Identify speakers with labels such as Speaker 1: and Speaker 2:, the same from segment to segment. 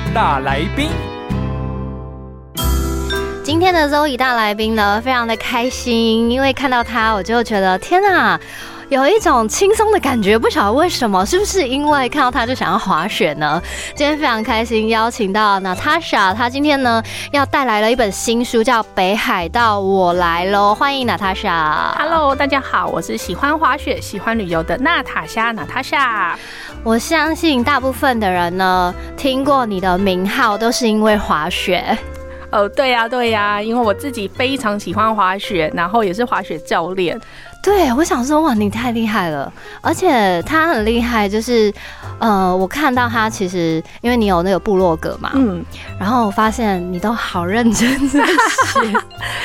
Speaker 1: 大来宾，
Speaker 2: 今天的 Zoe 大来宾呢，非常的开心，因为看到他，我就觉得天哪，有一种轻松的感觉，不晓得为什么，是不是因为看到他就想要滑雪呢？今天非常开心，邀请到 Natasha，她今天呢要带来了一本新书，叫《北海道我来喽》，欢迎 Natasha。
Speaker 3: Hello，大家好，我是喜欢滑雪、喜欢旅游的娜塔莎，娜塔莎。
Speaker 2: 我相信大部分的人呢，听过你的名号都是因为滑雪。
Speaker 3: 哦，对呀、对呀、因为我自己非常喜欢滑雪，然后也是滑雪教练。
Speaker 2: 对，我想说，哇，你太厉害了！而且他很厉害，就是，呃，我看到他其实，因为你有那个部落格嘛，
Speaker 3: 嗯，
Speaker 2: 然后我发现你都好认真在写，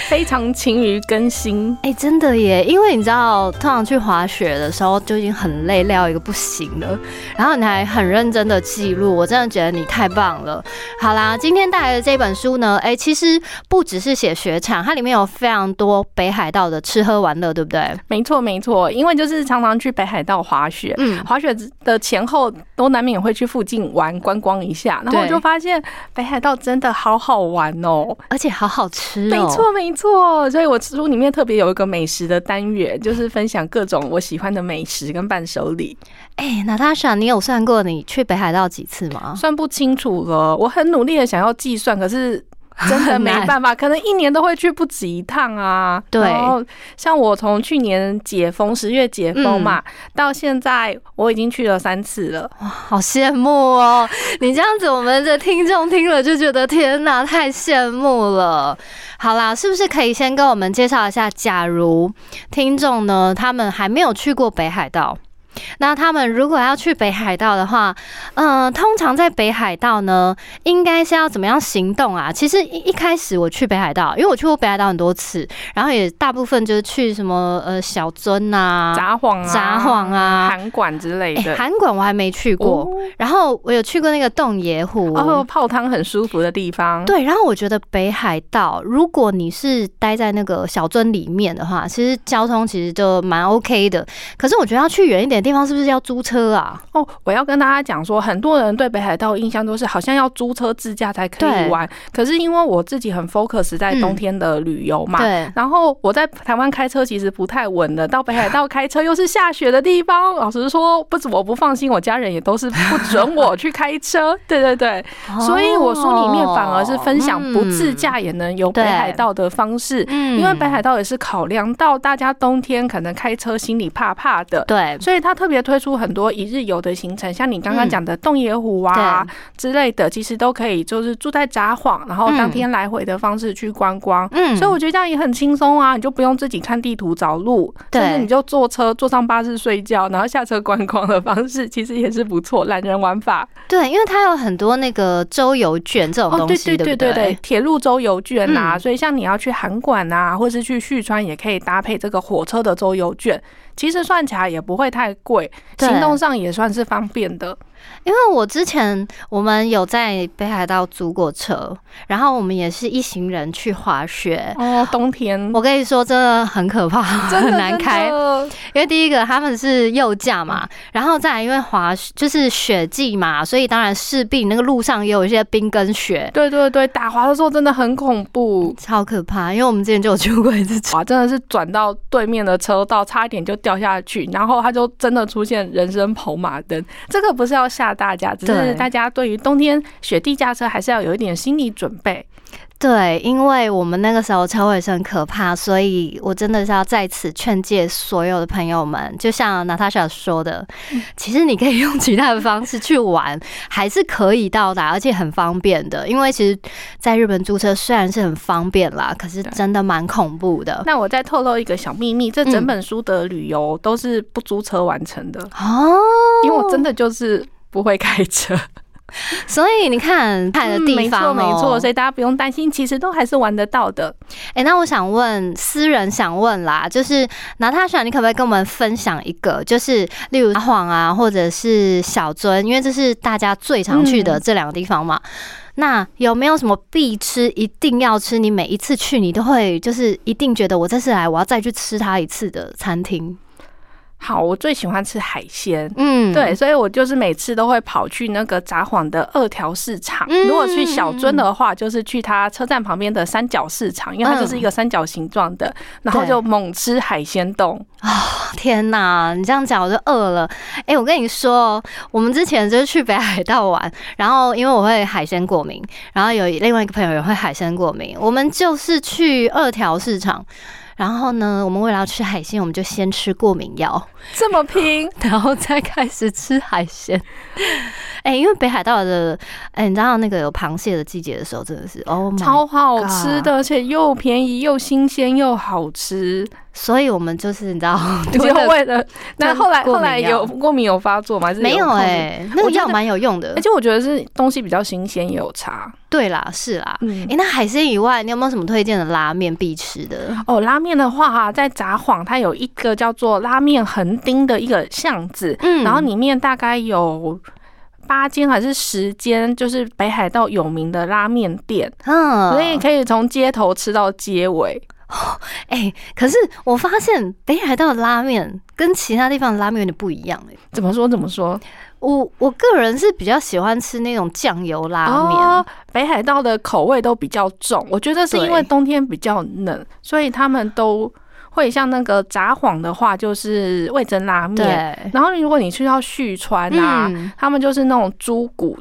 Speaker 3: 非常勤于更新。
Speaker 2: 哎、真的耶！因为你知道，通常去滑雪的时候就已经很累，累到一个不行了，然后你还很认真的记录，我真的觉得你太棒了。好啦，今天带来的这本书呢，哎、其实不只是写雪场，它里面有非常多北海道的吃喝玩乐，对不对？
Speaker 3: 没错，没错，因为就是常常去北海道滑雪，
Speaker 2: 嗯，
Speaker 3: 滑雪的前后都难免会去附近玩观光一下，然后我
Speaker 2: 对
Speaker 3: 就发现北海道真的好好玩哦。
Speaker 2: 而且好好吃哦、
Speaker 3: 没错，没错，所以我书里面特别有一个美食的单元，就是分享各种我喜欢的美食跟伴手礼。
Speaker 2: 哎、娜塔莎，你有算过你去北海道几次吗？
Speaker 3: 算不清楚了，我很努力的想要计算，可是。真 的没
Speaker 2: 很难
Speaker 3: 办法，可能一年都会去不止一趟啊。
Speaker 2: 对
Speaker 3: 然后像我从去年解封，十月解封嘛，
Speaker 2: 嗯
Speaker 3: 到现在我已经去了三次了。
Speaker 2: 好羡慕哦！你这样子，我们的听众听了就觉得天哪，太羡慕了。好啦，是不是可以先跟我们介绍一下？假如听众呢，他们还没有去过北海道。那他们如果要去北海道的话，嗯、通常在北海道呢，应该是要怎么样行动啊？其实一一开始我去北海道，因为我去过北海道很多次，然后也大部分就是去什么呃小樽啊、
Speaker 3: 札幌啊，
Speaker 2: 札幌啊
Speaker 3: 函馆之类
Speaker 2: 哎，
Speaker 3: 的。
Speaker 2: 韩馆我还没去过，然后我有去过那个洞爷湖。
Speaker 3: 哦，泡汤很舒服的地方。
Speaker 2: 对，然后我觉得北海道，如果你是待在那个小樽里面的话，其实交通其实就蛮 OK 的。可是我觉得要去远一点的地方，是不是要租车啊？
Speaker 3: 哦，我要跟大家讲说，很多人对北海道的印象都是好像要租车自驾才可
Speaker 2: 对嗯
Speaker 3: 以玩，可是因为我自己很 focus 在冬天的旅游嘛。
Speaker 2: 对，
Speaker 3: 然后我在台湾开车其实不太稳的，到北海道开车又是下雪的地方，老实说不止我不放心，我家人也都是不准我去开车。对对对，所以我书里面反而是分享不自驾也能游北海道的方式，
Speaker 2: 哦嗯，嗯
Speaker 3: 因为北海道也是考量到大家冬天可能开车心里怕怕的，
Speaker 2: 嗯对
Speaker 3: 所以他特别推出很多一日游的行程，像你刚刚讲的洞爷湖啊、
Speaker 2: 对
Speaker 3: 之类的，其实都可以，就是住在札幌，然后当天来回的方式去观光。
Speaker 2: 嗯，
Speaker 3: 所以我觉得这样也很轻松啊，你就不用自己看地图找路，
Speaker 2: 对
Speaker 3: 甚至你就坐车坐上巴士睡觉，然后下车观光的方式，其实也是不错，懒人玩法。
Speaker 2: 对，因为它有很多那个周游券这种东西，
Speaker 3: 哦对
Speaker 2: 对
Speaker 3: 对
Speaker 2: 不
Speaker 3: 对，铁路周游券啊，
Speaker 2: 嗯
Speaker 3: 所以像你要去函馆啊，或是去旭川，也可以搭配这个火车的周游券，其实算起来也不会太贵，
Speaker 2: 对
Speaker 3: 行动上也算是方便的。
Speaker 2: 因为我之前我们有在北海道租过车，然后我们也是一行人去滑雪，
Speaker 3: 哦，冬天
Speaker 2: 我跟你说，真的很可怕， 很难开。因为第一个他们是右驾嘛，然后再来因为滑就是雪季嘛，所以当然势必那个路上也有一些冰跟雪，
Speaker 3: 对对对，打滑的时候真的很恐怖。
Speaker 2: 超可怕。因为我们之前就有出过一次车，
Speaker 3: 哇，真的是转到对面的车道，差一点就掉下去，然后它就真的出现人生跑马灯。这个不是要吓大家，只
Speaker 2: 对
Speaker 3: 是大家对于冬天雪地驾车还是要有一点心理准备。
Speaker 2: 对，因为我们那个时候车尾是很可怕，所以我真的是要在此劝诫所有的朋友们，就像娜塔莎说的，
Speaker 3: 嗯
Speaker 2: 其实你可以用其他的方式去玩，还是可以到达，而且很方便的。因为其实在日本租车虽然是很方便啦，可是
Speaker 3: 对
Speaker 2: 真的蛮恐怖的。
Speaker 3: 那我再透露一个小秘密，这
Speaker 2: 嗯
Speaker 3: 整本书的旅游都是不租车完成的，
Speaker 2: 哦，
Speaker 3: 因为我真的就是不会开车。
Speaker 2: 所以你看 看的地方、哦
Speaker 3: 嗯没错没错，所以大家不用担心，其实都还是玩得到的。
Speaker 2: 哎、那我想问，私人想问啦，就是拿他选，你可不可以跟我们分享一个，就是例如阿晃啊，或者是小尊，因为这是大家最常去的
Speaker 3: 嗯
Speaker 2: 这两个地方嘛。那有没有什么必吃，一定要吃？你每一次去，你都会就是一定觉得我这次来，我要再去吃它一次的餐厅。
Speaker 3: 好，我最喜欢吃海鲜。
Speaker 2: 嗯，
Speaker 3: 对，，所以我就是每次都会跑去那个札幌的二条市场。
Speaker 2: 嗯
Speaker 3: 如果去小樽的话，就是去它车站旁边的三角市场，因为它就是一个三角形状的，然
Speaker 2: 嗯
Speaker 3: 后
Speaker 2: 对
Speaker 3: 就猛吃海鲜冻。
Speaker 2: 天呐，你这样讲我就饿了。哎、我跟你说哦，我们之前就是去北海道玩，然后因为我会海鲜过敏，然后有另外一个朋友也会海鲜过敏，我们就是去二条市场。然后呢，我们为了要吃海鲜，我们就先吃过敏药，
Speaker 3: 这么拼，
Speaker 2: 然后再开始吃海鲜。 哎、因为北海道的，哎、你知道那个有螃蟹的季节的时候，真的是哦，
Speaker 3: 超好吃的，而且又便宜又新鲜又好吃。
Speaker 2: 所以我们就是你知 道，
Speaker 3: 结果为了那
Speaker 2: 吞
Speaker 3: 后来
Speaker 2: 过
Speaker 3: 后
Speaker 2: 敏
Speaker 3: 来有
Speaker 2: 药
Speaker 3: 过敏有发作吗？还是
Speaker 2: 没有
Speaker 3: 控制
Speaker 2: 哎、那个
Speaker 3: 我觉
Speaker 2: 药
Speaker 3: 得
Speaker 2: 蛮有用的
Speaker 3: 而。且我觉得是东西比较新鲜也有差。
Speaker 2: 对啦，是啦，
Speaker 3: 嗯
Speaker 2: 哎、那海鲜以外，你有没有什么推荐的拉面必吃的？
Speaker 3: 哦，拉面的话、啊，在札幌它有一个叫做拉面横丁的一个巷子，
Speaker 2: 嗯
Speaker 3: 然后里面大概有八间还是十间，就是北海道有名的拉面店，
Speaker 2: 嗯，
Speaker 3: 所以可以从街头吃到街尾。
Speaker 2: 哎、可是我发现北海道的拉面跟其他地方的拉面有点不一样哎、
Speaker 3: 怎么说怎么说？
Speaker 2: 我我个人是比较喜欢吃那种酱油拉面，
Speaker 3: 哦，北海道的口味都比较重，我觉得是因为
Speaker 2: 对
Speaker 3: 冬天比较冷，所以他们都会像那个札幌的话，就是味噌拉面。
Speaker 2: 对，
Speaker 3: 然后如果你去到旭川啊，
Speaker 2: 嗯，
Speaker 3: 他们就是那种猪骨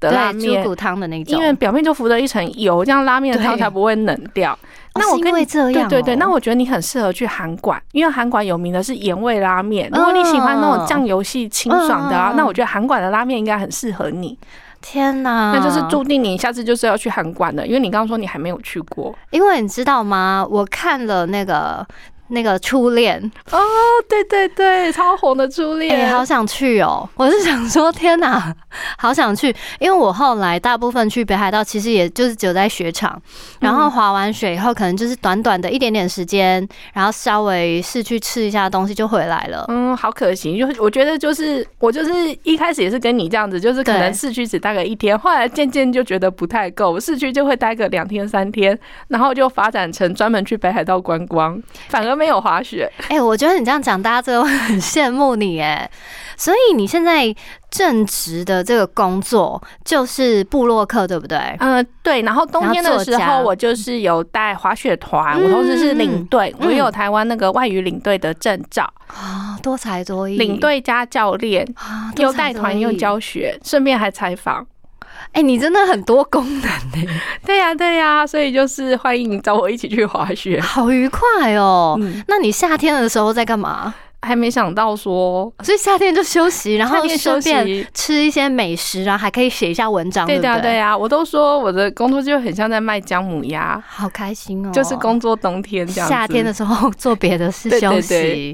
Speaker 3: 的拉
Speaker 2: 对，猪
Speaker 3: 面，
Speaker 2: 骨汤的那种，
Speaker 3: 因为表面就浮着一层油，这样拉面汤
Speaker 2: 对
Speaker 3: 才不会冷掉。
Speaker 2: 哦
Speaker 3: 那我
Speaker 2: 是
Speaker 3: 跟
Speaker 2: 因为
Speaker 3: 你
Speaker 2: 这
Speaker 3: 对
Speaker 2: 样哦、
Speaker 3: 对对，那我觉得你很适合去韩馆，因为韩馆有名的是盐味拉面。如果你喜欢那种酱油系清爽的啊
Speaker 2: 嗯，嗯
Speaker 3: 那我觉得韩馆的拉面应该很适合你。
Speaker 2: 天哪，
Speaker 3: 那就是注定你下次就是要去韩馆的，因为你刚刚说你还没有去过。哦
Speaker 2: 因为你知道吗？我看了那个那个初恋，
Speaker 3: 哦，对对对，超红的初
Speaker 2: 哎、好想去哦！ 我是想说，天哪，好想去！因为我后来大部分去北海道，其实也就是只有在雪场，然
Speaker 3: 嗯
Speaker 2: 后滑完雪以后，可能就是短短的一点点时间，然后稍微是去吃一下东西就回来了。
Speaker 3: 嗯，好可惜，就是我觉得就是我就是一开始也是跟你这样子，就是可能
Speaker 2: 对
Speaker 3: 市区只待个一天，后来渐渐就觉得不太够，市区就会待个两天三天，然后就发展成专门去北海道观光，反而没有滑雪。
Speaker 2: 哎、我觉得你这样讲，大家真的会 很羡慕你哎。所以你现在正职的这个工作就是布洛克，对不对？
Speaker 3: 嗯、对，然后冬天
Speaker 2: 然后作
Speaker 3: 的时
Speaker 2: 家
Speaker 3: 候我就是有带滑雪团，
Speaker 2: 嗯
Speaker 3: 我同时是领队，
Speaker 2: 嗯
Speaker 3: 我也有台湾那个外语领队的证照，
Speaker 2: 啊、多才多艺，
Speaker 3: 领队加教练，
Speaker 2: 啊，多
Speaker 3: 又
Speaker 2: 才
Speaker 3: 带
Speaker 2: 多
Speaker 3: 团又
Speaker 2: 艺。
Speaker 3: 教学，顺便还采访。
Speaker 2: 哎、你真的很多功 能哎、
Speaker 3: 对呀、对呀、所以就是欢迎找我一起去滑雪。
Speaker 2: 好愉快哦。
Speaker 3: 嗯，
Speaker 2: 那你夏天的时候在干嘛？
Speaker 3: 还没想到说，
Speaker 2: 所以夏天就休息，然
Speaker 3: 夏
Speaker 2: 后
Speaker 3: 天休
Speaker 2: 顺
Speaker 3: 息
Speaker 2: 便吃一些美食，然后还可以写一下文章，对
Speaker 3: 对
Speaker 2: 不
Speaker 3: 的啊对
Speaker 2: 对？
Speaker 3: 呀、我都说我的工作就很像在卖姜母鸭，
Speaker 2: 好开心哦！
Speaker 3: 就是工作冬天这样子。
Speaker 2: 夏天的时候做别的事
Speaker 3: 对
Speaker 2: 休
Speaker 3: 对对
Speaker 2: 息。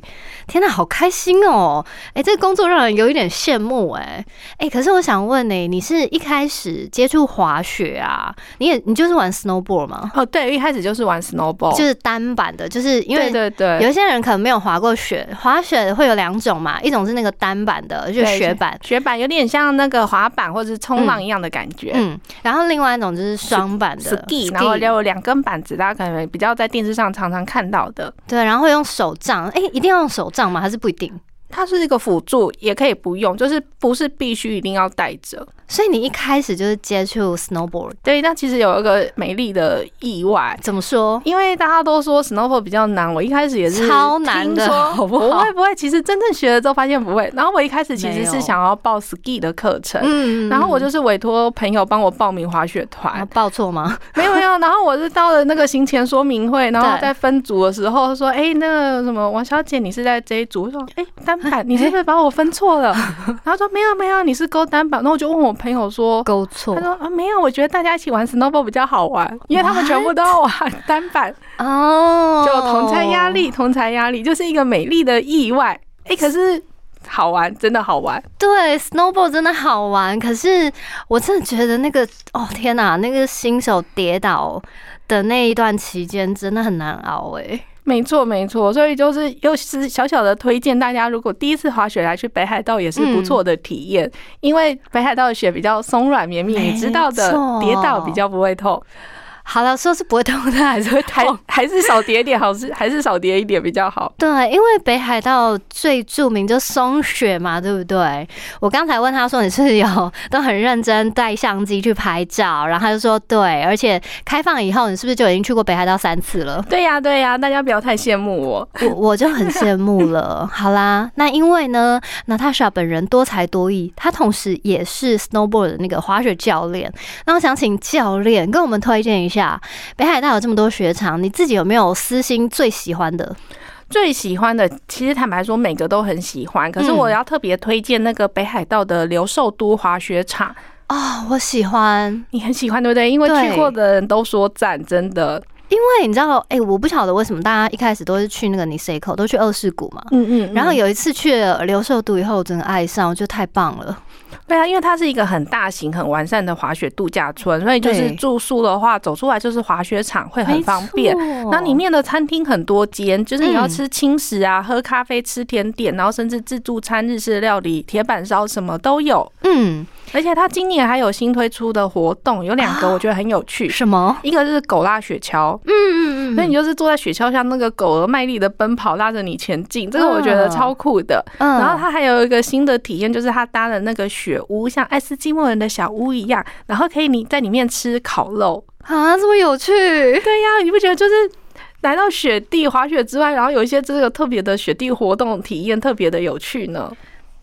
Speaker 2: 天哪，好开心哦！哎、这个工作让人有一点羡慕哎、哎、可是我想问呢、你是一开始接触滑雪啊？你也你就是玩 snowboard 吗？
Speaker 3: 哦，对，一开始就是玩 snowball，
Speaker 2: 就是单板的，就是因为
Speaker 3: 哦对对对，
Speaker 2: 有一些人可能没有滑过雪，滑雪会有两种嘛，一种是那个单板的，就是
Speaker 3: 对
Speaker 2: 雪板，
Speaker 3: 雪板有点像那个滑板或者是冲浪一样的感觉。
Speaker 2: 嗯，然后另外一种就是双板的
Speaker 3: ski，然后就有两根板子，大家可能比较在电视上常常看到的。
Speaker 2: 对，然后会用手杖，哎、一定要用手杖吗？还是不一定？
Speaker 3: 它是一个辅助，也可以不用，就是不是必须一定要带着。
Speaker 2: 所以你一开始就是接触 snowboard，
Speaker 3: 对，那其实有一个美丽的意外，
Speaker 2: 怎么说？
Speaker 3: 因为大家都说 snowboard 比较难，我一开始也是
Speaker 2: 超难的
Speaker 3: 听说
Speaker 2: 好不好
Speaker 3: 会不会，其实真正学了之后发现不会。然后我一开始其
Speaker 2: 没
Speaker 3: 实
Speaker 2: 有
Speaker 3: 是想要报 ski 的课程。
Speaker 2: 嗯
Speaker 3: 然后我就是委托朋友帮我报名滑雪团
Speaker 2: 啊，报错 吗？
Speaker 3: 没有没有。然后我是到了那个行前说明会，然后
Speaker 2: 对
Speaker 3: 在分组的时候他说：“哎、那个什么王小姐，你是在这一组？”我说：“哎、单板，你是不是把我分错了？”然后说：“没有没有，你是勾单板。”然后我就问我朋友说：“
Speaker 2: 勾错
Speaker 3: 他说啊，没有，我觉得大家一起玩 snowball 比较好玩，因为他们全部都要玩单板，
Speaker 2: 哦
Speaker 3: 就同才压，力，同才压力就是一个美丽的意外。哎、可是好玩，真的好玩。
Speaker 2: 对，snowboard 真的好玩，可是我真的觉得那个，哦天哪，那个新手跌倒的那一段期间真的很难熬哎、
Speaker 3: 没错，没错，所以就是又是小小的推荐大家，如果第一次滑雪来去北海道也是不错的体验，因为北海道的雪比较松软绵密，
Speaker 2: 没
Speaker 3: 你知道的
Speaker 2: 错，
Speaker 3: 跌倒比较不会痛，
Speaker 2: 好了，说是不会痛，但还是会
Speaker 3: 还
Speaker 2: 痛。
Speaker 3: 还 是少跌一点好， 是还是少跌一点比较好。
Speaker 2: 对，因为北海道最著名就松雪嘛，对不对？我刚才问他说你是有都很认真带相机去拍照，然后他就说对，而且开放以后你是不是就已经去过北海道三次 了？
Speaker 3: 对呀、对呀、大家不要太羡慕我。
Speaker 2: 我我就很羡慕了。好啦，那因为呢，娜塔莎本人多才多艺，她同时也是 snowboard 的那个滑雪教练。那我想请教练跟我们推荐一下，北海道有这么多雪场，你自己有没有私心最喜欢的？
Speaker 3: 最喜欢的，其实坦白说，每个都很喜欢。可是我要特别推荐那个北海道的留寿都滑雪场，
Speaker 2: 哦，我喜欢，
Speaker 3: 你很喜欢对不对？因为
Speaker 2: 对
Speaker 3: 去过的人都说赞，真的。
Speaker 2: 因为你知道，哎、我不晓得为什么大家一开始都是去那个 Niseko，都去二世谷嘛。
Speaker 3: 嗯嗯
Speaker 2: 然后有一次去了留寿都以后，我真的爱上，我觉得太棒了。
Speaker 3: 对啊，因为它是一个很大型、很完善的滑雪度假村，所以就是
Speaker 2: 对
Speaker 3: 住宿的话，走出来就是滑雪场，会很方便。
Speaker 2: 没错
Speaker 3: 那里面的餐厅很多间，就是你要
Speaker 2: 嗯
Speaker 3: 吃轻食啊、喝咖啡、吃甜点，然后甚至自助餐、日式料理、铁板烧什么都有。
Speaker 2: 嗯，
Speaker 3: 而且它今年还有新推出的活动，有两个我觉得很有趣，
Speaker 2: 什么？
Speaker 3: 一个是狗拉雪橇，
Speaker 2: 啊嗯嗯嗯，
Speaker 3: 所以你就是坐在雪橇上，那个狗儿卖力的奔跑，拉着你前进，
Speaker 2: 啊
Speaker 3: 这个我觉得超酷的。
Speaker 2: 嗯
Speaker 3: 然后它还有一个新的体验，就是它搭的那个雪屋，像爱斯基摩人的小屋一样，然后可以你在里面吃烤肉。
Speaker 2: 啊，这么有趣！
Speaker 3: 对哎呀，你不觉得就是？来到雪地滑雪之外，然后有一些这个特别的雪地活动体验，特别的有趣呢。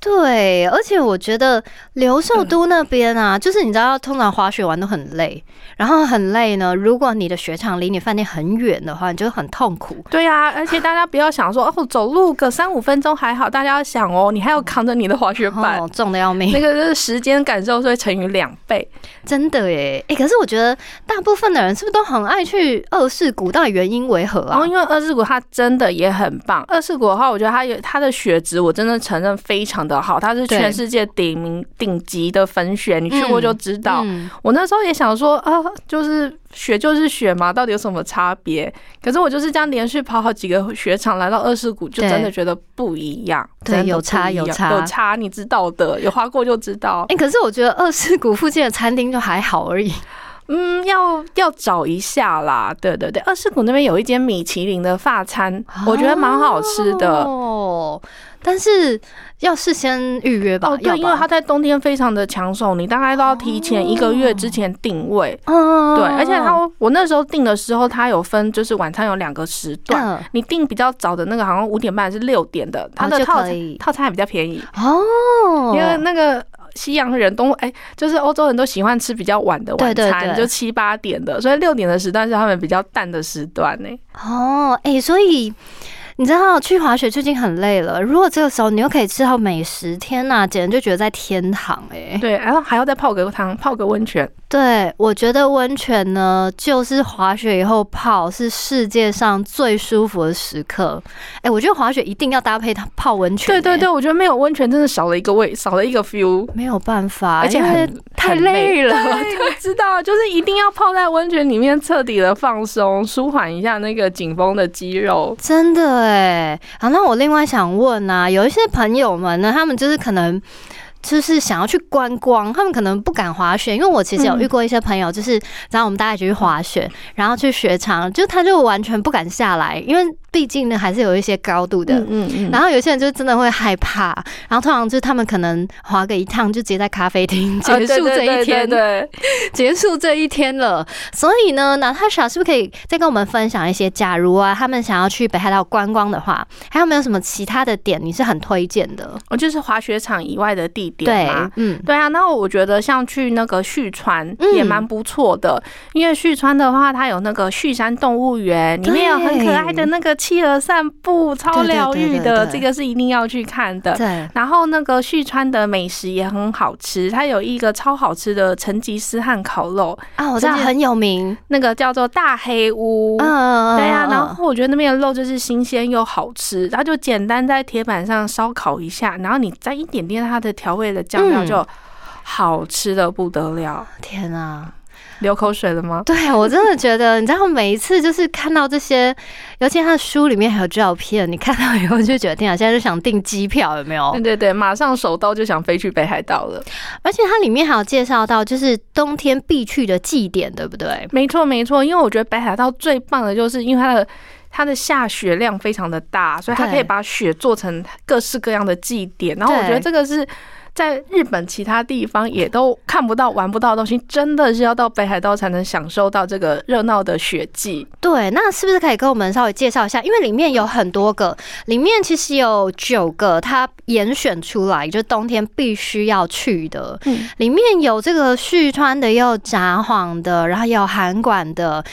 Speaker 2: 对，而且我觉得留寿都那边啊，就是你知道，通常滑雪玩都很累，然后很累呢。如果你的雪场离你饭店很远的话，你就很痛苦。
Speaker 3: 对呀、而且大家不要想说哦，走路个三五分钟还好，大家要想哦，你还要扛着你的滑雪板，
Speaker 2: 哦，重的要命，
Speaker 3: 那个就是时间感受所以乘以两倍。
Speaker 2: 真的耶！哎、可是我觉得大部分的人是不是都很爱去二世谷？到底原因为何
Speaker 3: 然
Speaker 2: 啊
Speaker 3: 后、？因为二世谷它真的也很棒，二世谷的话，我觉得它有它的雪质，我真的承认非常的好，它是
Speaker 2: 对
Speaker 3: 全世界顶名顶级的粉雪，你去过就知道。
Speaker 2: 嗯，
Speaker 3: 我那时候也想说啊，就是雪就是雪嘛，到底有什么差别？可是我就是这样连续跑好几个雪场，来到二世谷，就
Speaker 2: 对
Speaker 3: 真的觉得不一样，
Speaker 2: 对
Speaker 3: 真的
Speaker 2: 有差
Speaker 3: 不一样
Speaker 2: 有差
Speaker 3: 有差，你知道的，有滑过就知道。
Speaker 2: 哎、可是我觉得二世谷附近的餐厅就还好 而已。
Speaker 3: 嗯，要要找一下啦，对对对，二世谷那边有一间米其林的法餐，我觉得蛮好吃的。
Speaker 2: 哦，但是要事先预约吧。
Speaker 3: 哦，
Speaker 2: 要
Speaker 3: 对，因为
Speaker 2: 吧
Speaker 3: 它在冬天非常的抢手，你大概都要提前一个月之前定位。
Speaker 2: 嗯，
Speaker 3: 对，而且它我那时候定的时候，它有分，就是晚餐有两个时段。
Speaker 2: 嗯
Speaker 3: 你定比较早的那个，好像五点半还是六点的，它的
Speaker 2: 就
Speaker 3: 套
Speaker 2: 可
Speaker 3: 餐、
Speaker 2: 以
Speaker 3: 套餐还比较便宜，
Speaker 2: 哦，
Speaker 3: 因为那个西洋人东哎、就是欧洲人都喜欢吃比较晚的晚餐，
Speaker 2: 对对对
Speaker 3: 就七八点的，所以六点的时段是他们比较淡的时段呢、
Speaker 2: 哦，哎、所以你知道去滑雪最近很累了，如果这个时候你又可以吃到美食，天呐，简直就觉得在天堂哎、
Speaker 3: 对，然后还要再泡个汤，泡个温泉。
Speaker 2: 对，我觉得温泉呢，就是滑雪以后泡是世界上最舒服的时刻。哎、我觉得滑雪一定要搭配它泡温泉、欸
Speaker 3: 对对对，，我觉得没有温泉真的少了一个味，少了一个 feel。
Speaker 2: 没有办法，
Speaker 3: 而且
Speaker 2: 因为
Speaker 3: 很
Speaker 2: 太
Speaker 3: 很累
Speaker 2: 累了。
Speaker 3: 对，知道，就是一定要泡在温泉里面，彻底的放松，舒缓一下那个紧绷的肌肉。
Speaker 2: 真的哎，好，那我另外想问啊，有一些朋友们呢，他们就是可能就是想要去观光，他们可能不敢滑雪，因为我其实有
Speaker 3: 嗯
Speaker 2: 遇过一些朋友，就是然后我们大家一起去滑雪，然后去雪场，就他就完全不敢下来，因为毕竟呢还是有一些高度的。
Speaker 3: 嗯嗯
Speaker 2: 然后有些人就真的会害怕，然后通常就是他们可能滑个一趟就直接在咖啡厅结束这一天，
Speaker 3: 哦对对
Speaker 2: 结束这一天了。所以呢，娜塔莎是不是可以再跟我们分享一些？假如啊，他们想要去北海道观光的话，还有没有什么其他的点你是很推荐的？
Speaker 3: 我就是滑雪场以外的地点
Speaker 2: 对
Speaker 3: 嘛。，
Speaker 2: 嗯，
Speaker 3: 对啊，那我觉得像去那个旭川
Speaker 2: 嗯
Speaker 3: 也蛮不错的，因为旭川的话，它有那个旭山动物园，里面有很可爱的那个企鹅散步》，超
Speaker 2: 对对
Speaker 3: 疗愈
Speaker 2: 对对
Speaker 3: 的，
Speaker 2: 对
Speaker 3: 这个是一定要去看的。
Speaker 2: 对，
Speaker 3: 然后那个旭川的美食也很好吃，它有一个超好吃的成吉思汗烤肉，
Speaker 2: 啊，我知道
Speaker 3: 这件
Speaker 2: 很有名，
Speaker 3: 那个叫做大黑屋。
Speaker 2: 嗯嗯嗯，
Speaker 3: 对啊，
Speaker 2: 嗯
Speaker 3: 然后我觉得那边的肉就是新鲜又好吃，然后就简单在铁板上烧烤一下，然后你沾一点点它的调味的酱料，
Speaker 2: 嗯
Speaker 3: 就好吃的不得了。
Speaker 2: 天啊，
Speaker 3: 流口水了吗？
Speaker 2: 对我真的觉得，你知道，每一次就是看到这些，尤其他的书里面还有照片，你看到以后就觉得，天啊，现在就想订机票，有没有
Speaker 3: 对？对对，马上手刀就想飞去北海道了。
Speaker 2: 而且它里面还有介绍到，就是冬天必去的祭典，对不对？
Speaker 3: 没错没错，因为我觉得北海道最棒的就是因为它的它的下雪量非常的大，所以它
Speaker 2: 对
Speaker 3: 可以把雪做成各式各样的祭典。然后我
Speaker 2: 对
Speaker 3: 觉得这个是在日本其他地方也都看不到、玩不到的东西，真的是要到北海道才能享受到这个热闹的雪季。
Speaker 2: 对，那是不是可以跟我们稍微介绍一下？因为里面有很多个，里面其实有九个，它严选出来，就冬天必须要去的。
Speaker 3: 嗯
Speaker 2: 里面有这个旭川的，也有札幌的，然后也有函馆的。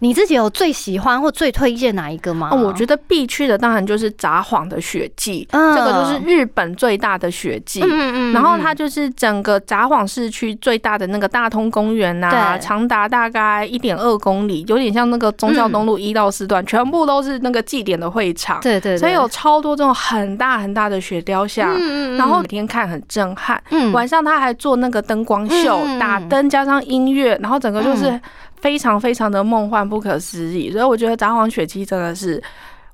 Speaker 2: 你自己有最喜欢或最推荐哪一个吗？
Speaker 3: 哦，我觉得必去的当然就是札幌的雪季，
Speaker 2: 嗯
Speaker 3: 这个就是日本最大的雪季。
Speaker 2: 嗯嗯嗯
Speaker 3: 然后它就是整个札幌市区最大的那个大通公园呐、
Speaker 2: 对
Speaker 3: 长达大概一点二公里，有点像那个忠孝东路一到四段，全部都是那个祭典的会场，
Speaker 2: 嗯对对对，
Speaker 3: 所以有超多这种很大很大的雪雕像，
Speaker 2: 嗯
Speaker 3: 然后每天看很震撼。
Speaker 2: 嗯
Speaker 3: 晚上他还做那个灯光秀，
Speaker 2: 嗯
Speaker 3: 打灯加上音乐，然后整个就是
Speaker 2: 嗯
Speaker 3: 非常非常的梦幻不可思议。所以我觉得札幌雪季真的是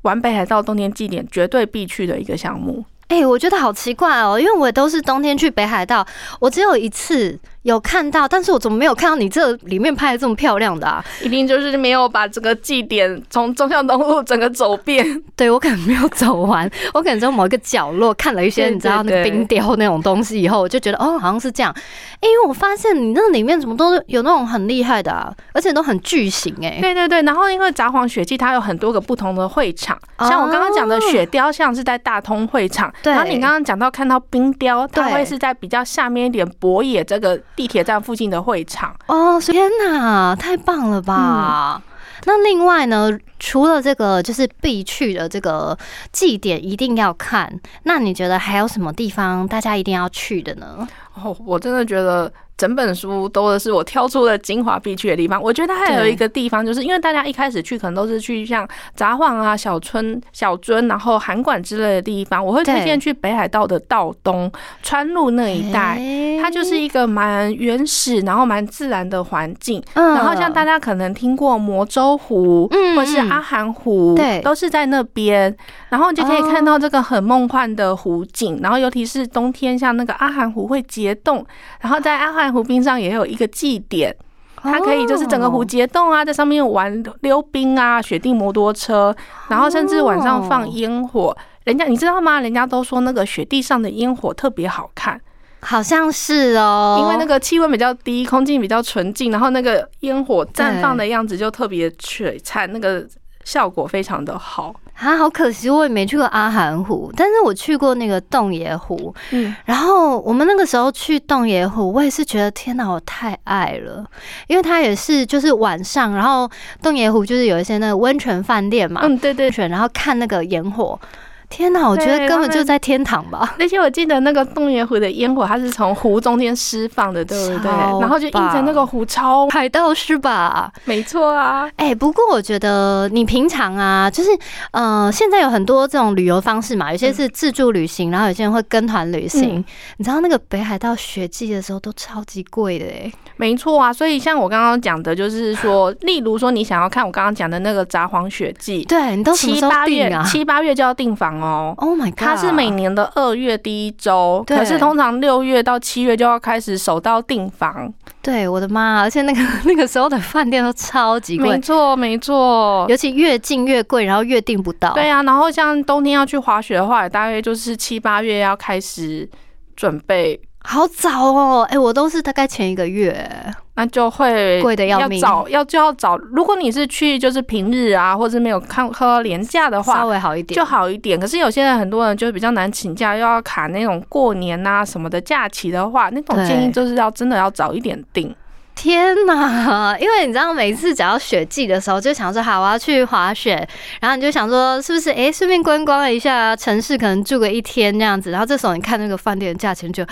Speaker 3: 玩北海道冬天祭典绝对必去的一个项目。
Speaker 2: 哎、我觉得好奇怪哦，因为我都是冬天去北海道，我只有一次有看到，但是我怎么没有看到你这里面拍的这么漂亮的啊？
Speaker 3: 一定就是没有把整个祭典从中向东路整个走遍。
Speaker 2: 对我可能没有走完，我可能在某一个角落看了一些
Speaker 3: 对
Speaker 2: 你知道那个
Speaker 3: 对对
Speaker 2: 冰雕那种东西以后，我就觉得哦，好像是这样。哎、因为我发现你那里面怎么都有那种很厉害的、啊，而且都很巨型哎、
Speaker 3: 对对对，然后因为札幌雪季它有很多个不同的会场，
Speaker 2: 哦
Speaker 3: 像我刚刚讲的雪雕像是在大通会场，
Speaker 2: 对
Speaker 3: 然后你刚刚讲到看到冰雕，它
Speaker 2: 对
Speaker 3: 会是在比较下面一点博野这个地铁站附近的会场。
Speaker 2: 哦，天哪，太棒了
Speaker 3: 嗯
Speaker 2: 吧！那另外呢，除了这个就是必去的这个祭典一定要看，那你觉得还有什么地方大家一定要去的呢？
Speaker 3: 哦，我真的觉得整本书都是我挑出了精华必去的地方。我觉得还有
Speaker 2: 对
Speaker 3: 一个地方，就是因为大家一开始去可能都是去像札幌啊、小村、小樽，然后函馆之类的地方。我会推
Speaker 2: 对
Speaker 3: 荐去北海道的道东川路那一带，
Speaker 2: 哎
Speaker 3: 它就是一个蛮原始，然后蛮自然的环境。
Speaker 2: 嗯
Speaker 3: 然后像大家可能听过魔州湖，
Speaker 2: 嗯
Speaker 3: 或是
Speaker 2: 嗯
Speaker 3: 阿寒湖，
Speaker 2: 对
Speaker 3: 都是在那边。然后你就可以看到这个很梦幻的湖景。然后尤其是冬天，像那个阿寒湖会结冻，然后在阿寒湖冰上也有一个祭典，
Speaker 2: 哦
Speaker 3: 它可以就是整个湖结冻啊，在上面玩溜冰啊、雪地摩托车，然后甚至晚上放烟火。人家你知道吗？人家都说那个雪地上的烟火特别好看，
Speaker 2: 好像是哦，
Speaker 3: 因为那个气温比较低，空气比较纯净，然后那个烟火绽放的样子就特别璀璨，那个效果非常的好。
Speaker 2: 啊，好可惜我也没去过阿寒湖，但是我去过那个洞爷湖。
Speaker 3: 嗯，
Speaker 2: 然后我们那个时候去洞爷湖，我也是觉得天哪，我太爱了，因为它也是就是晚上，然后洞爷湖就是有一些那个温泉饭店嘛，
Speaker 3: 嗯，对对
Speaker 2: 温泉，然后看那个烟火。天哪，我觉得根
Speaker 3: 对
Speaker 2: 本
Speaker 3: 他们
Speaker 2: 就在天堂吧！
Speaker 3: 而且我记得那个洞爷湖的烟火，它是从湖中间释放的，对不对？
Speaker 2: 超
Speaker 3: 然后就映着那个湖超，
Speaker 2: 海盗是吧？
Speaker 3: 没错啊。
Speaker 2: 哎、不过我觉得你平常啊，就是呃，现在有很多这种旅游方式嘛，有些是自助旅行，然后有些人会跟团旅行。
Speaker 3: 嗯
Speaker 2: 你知道那个北海道雪季的时候都超级贵的哎、
Speaker 3: 没错啊，所以像我刚刚讲的，就是说，例如说你想要看我刚刚讲的那个札幌雪季，
Speaker 2: 对你都什么
Speaker 3: 七
Speaker 2: 时候
Speaker 3: 八
Speaker 2: 订
Speaker 3: 月
Speaker 2: 啊
Speaker 3: 七八月就要订房哦。
Speaker 2: ？Oh my god！
Speaker 3: 它是每年的二月第一周，
Speaker 2: 对
Speaker 3: 可是通常六月到七月就要开始首到订房。
Speaker 2: 对我的妈啊！而且那个 那个时候的饭店都超级
Speaker 3: 没
Speaker 2: 贵，
Speaker 3: 错，没错。
Speaker 2: 尤其越近越贵，然后越订不到。
Speaker 3: 对啊，然后像冬天要去滑雪的话，也大约就是七八月要开始准备，
Speaker 2: 好早哦！哎、我都是大概前一个月。
Speaker 3: 那就会
Speaker 2: 贵得要命
Speaker 3: 找要就要找。如果你是去就是平日啊，或者是没有看喝到廉价的
Speaker 2: 稍
Speaker 3: 话，
Speaker 2: 微好一点
Speaker 3: 就好一点。可是有些人很多人就是比较难请假，又要卡那种过年啊什么的假期的话，那种
Speaker 2: 对
Speaker 3: 建议就是要真的要早一点订。
Speaker 2: 天哪！因为你知道，每次只要雪季的时候，就想说好，我要去滑雪，然后你就想说，是不是诶，顺便观光了一下城市，可能住个一天这样子。然后这时候你看那个饭店的价钱就，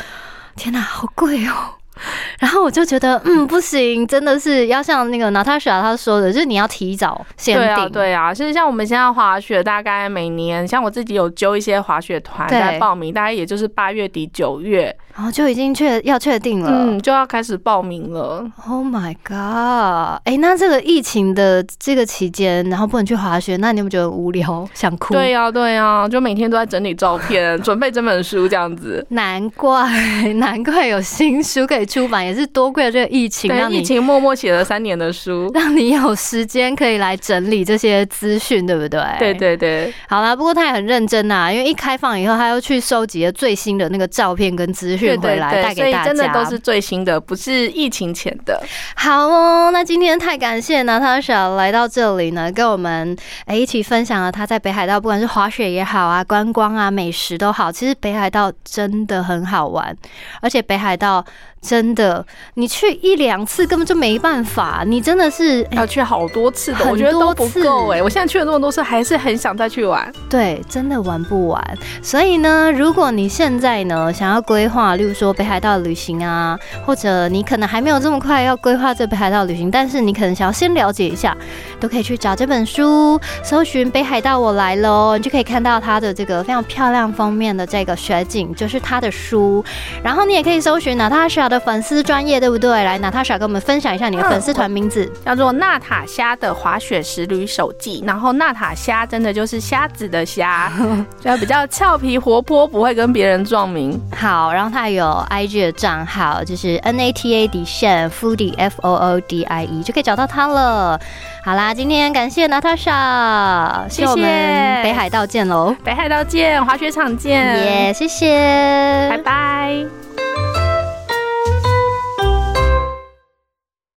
Speaker 2: 天哪，好贵哦、 然后我就觉得，嗯，不行，真的是要像那个娜塔莎她说的，就是你要提早先
Speaker 3: 对
Speaker 2: 定，
Speaker 3: 啊，对啊，其实像我们现在滑雪，大概每年像我自己有揪一些滑雪团
Speaker 2: 对
Speaker 3: 在报名，大概也就是八月底九月，
Speaker 2: 然后就已经确要确定了。
Speaker 3: 嗯，就要开始报名了。
Speaker 2: Oh my god！哎、那这个疫情的这个期间，然后不能去滑雪，那你有没有觉得很无聊，想哭？
Speaker 3: 对呀、对呀、就每天都在整理照 片，准备这本书这样子。
Speaker 2: 难怪，难怪有新书可以出版，也是多亏了这个疫情，
Speaker 3: 对，
Speaker 2: 让
Speaker 3: 疫
Speaker 2: 你。
Speaker 3: 情默默写了三年的书
Speaker 2: 让你有时间可以来整理这些资讯，对不对？
Speaker 3: 对。对对，
Speaker 2: 好啦，不过他也很认真呐、因为一开放以后，他又去收集了最新的那个照片跟资
Speaker 3: 对
Speaker 2: 讯回
Speaker 3: 对
Speaker 2: 来带
Speaker 3: 对，所
Speaker 2: 给
Speaker 3: 以
Speaker 2: 大家。
Speaker 3: 真的都是最新的，不是疫情前的。
Speaker 2: 好哦，那今天太感谢娜塔莎来到这里呢，跟我们诶一起分享了她在北海道，不管是滑雪也好啊，观光啊，美食都好，其实北海道真的很好玩，而且北海道真的你去一两次根本就没办法，你真的是、诶
Speaker 3: 要去好多次的，
Speaker 2: 哎很
Speaker 3: 我觉得都
Speaker 2: 多
Speaker 3: 不
Speaker 2: 次
Speaker 3: 够哎、我现在去了那么多次，还是很想再去玩。
Speaker 2: 对，真的玩不完。所以呢，如果你现在呢想要规划，例如说北海道旅行啊，或者你可能还没有这么快要规划这北海道旅行，但是你可能想要先了解一下，都可以去找这本书，搜寻《北海道我来了》哦，你就可以看到它的这个非常漂亮封面的这个雪景，就是它的书。然后你也可以搜寻娜塔莎的粉丝专业，对不对？来，娜塔莎跟我们分享一下你的粉丝团名字。
Speaker 3: 叫做《娜塔虾的滑雪时旅手记》，然后娜塔虾真的就是瞎子的瞎，就比较俏皮活泼，不会跟别人撞名。
Speaker 2: 好，然后他有 IG 的账号，就是 NATA 底线 Foodie F O O D I E，就可以找到他了。好啦，今天感谢 Natasha，希望我
Speaker 3: 谢
Speaker 2: 们
Speaker 3: 谢
Speaker 2: 北海道见喽！
Speaker 3: 北海道见，滑雪场见，
Speaker 2: 耶、谢谢，
Speaker 3: 拜拜。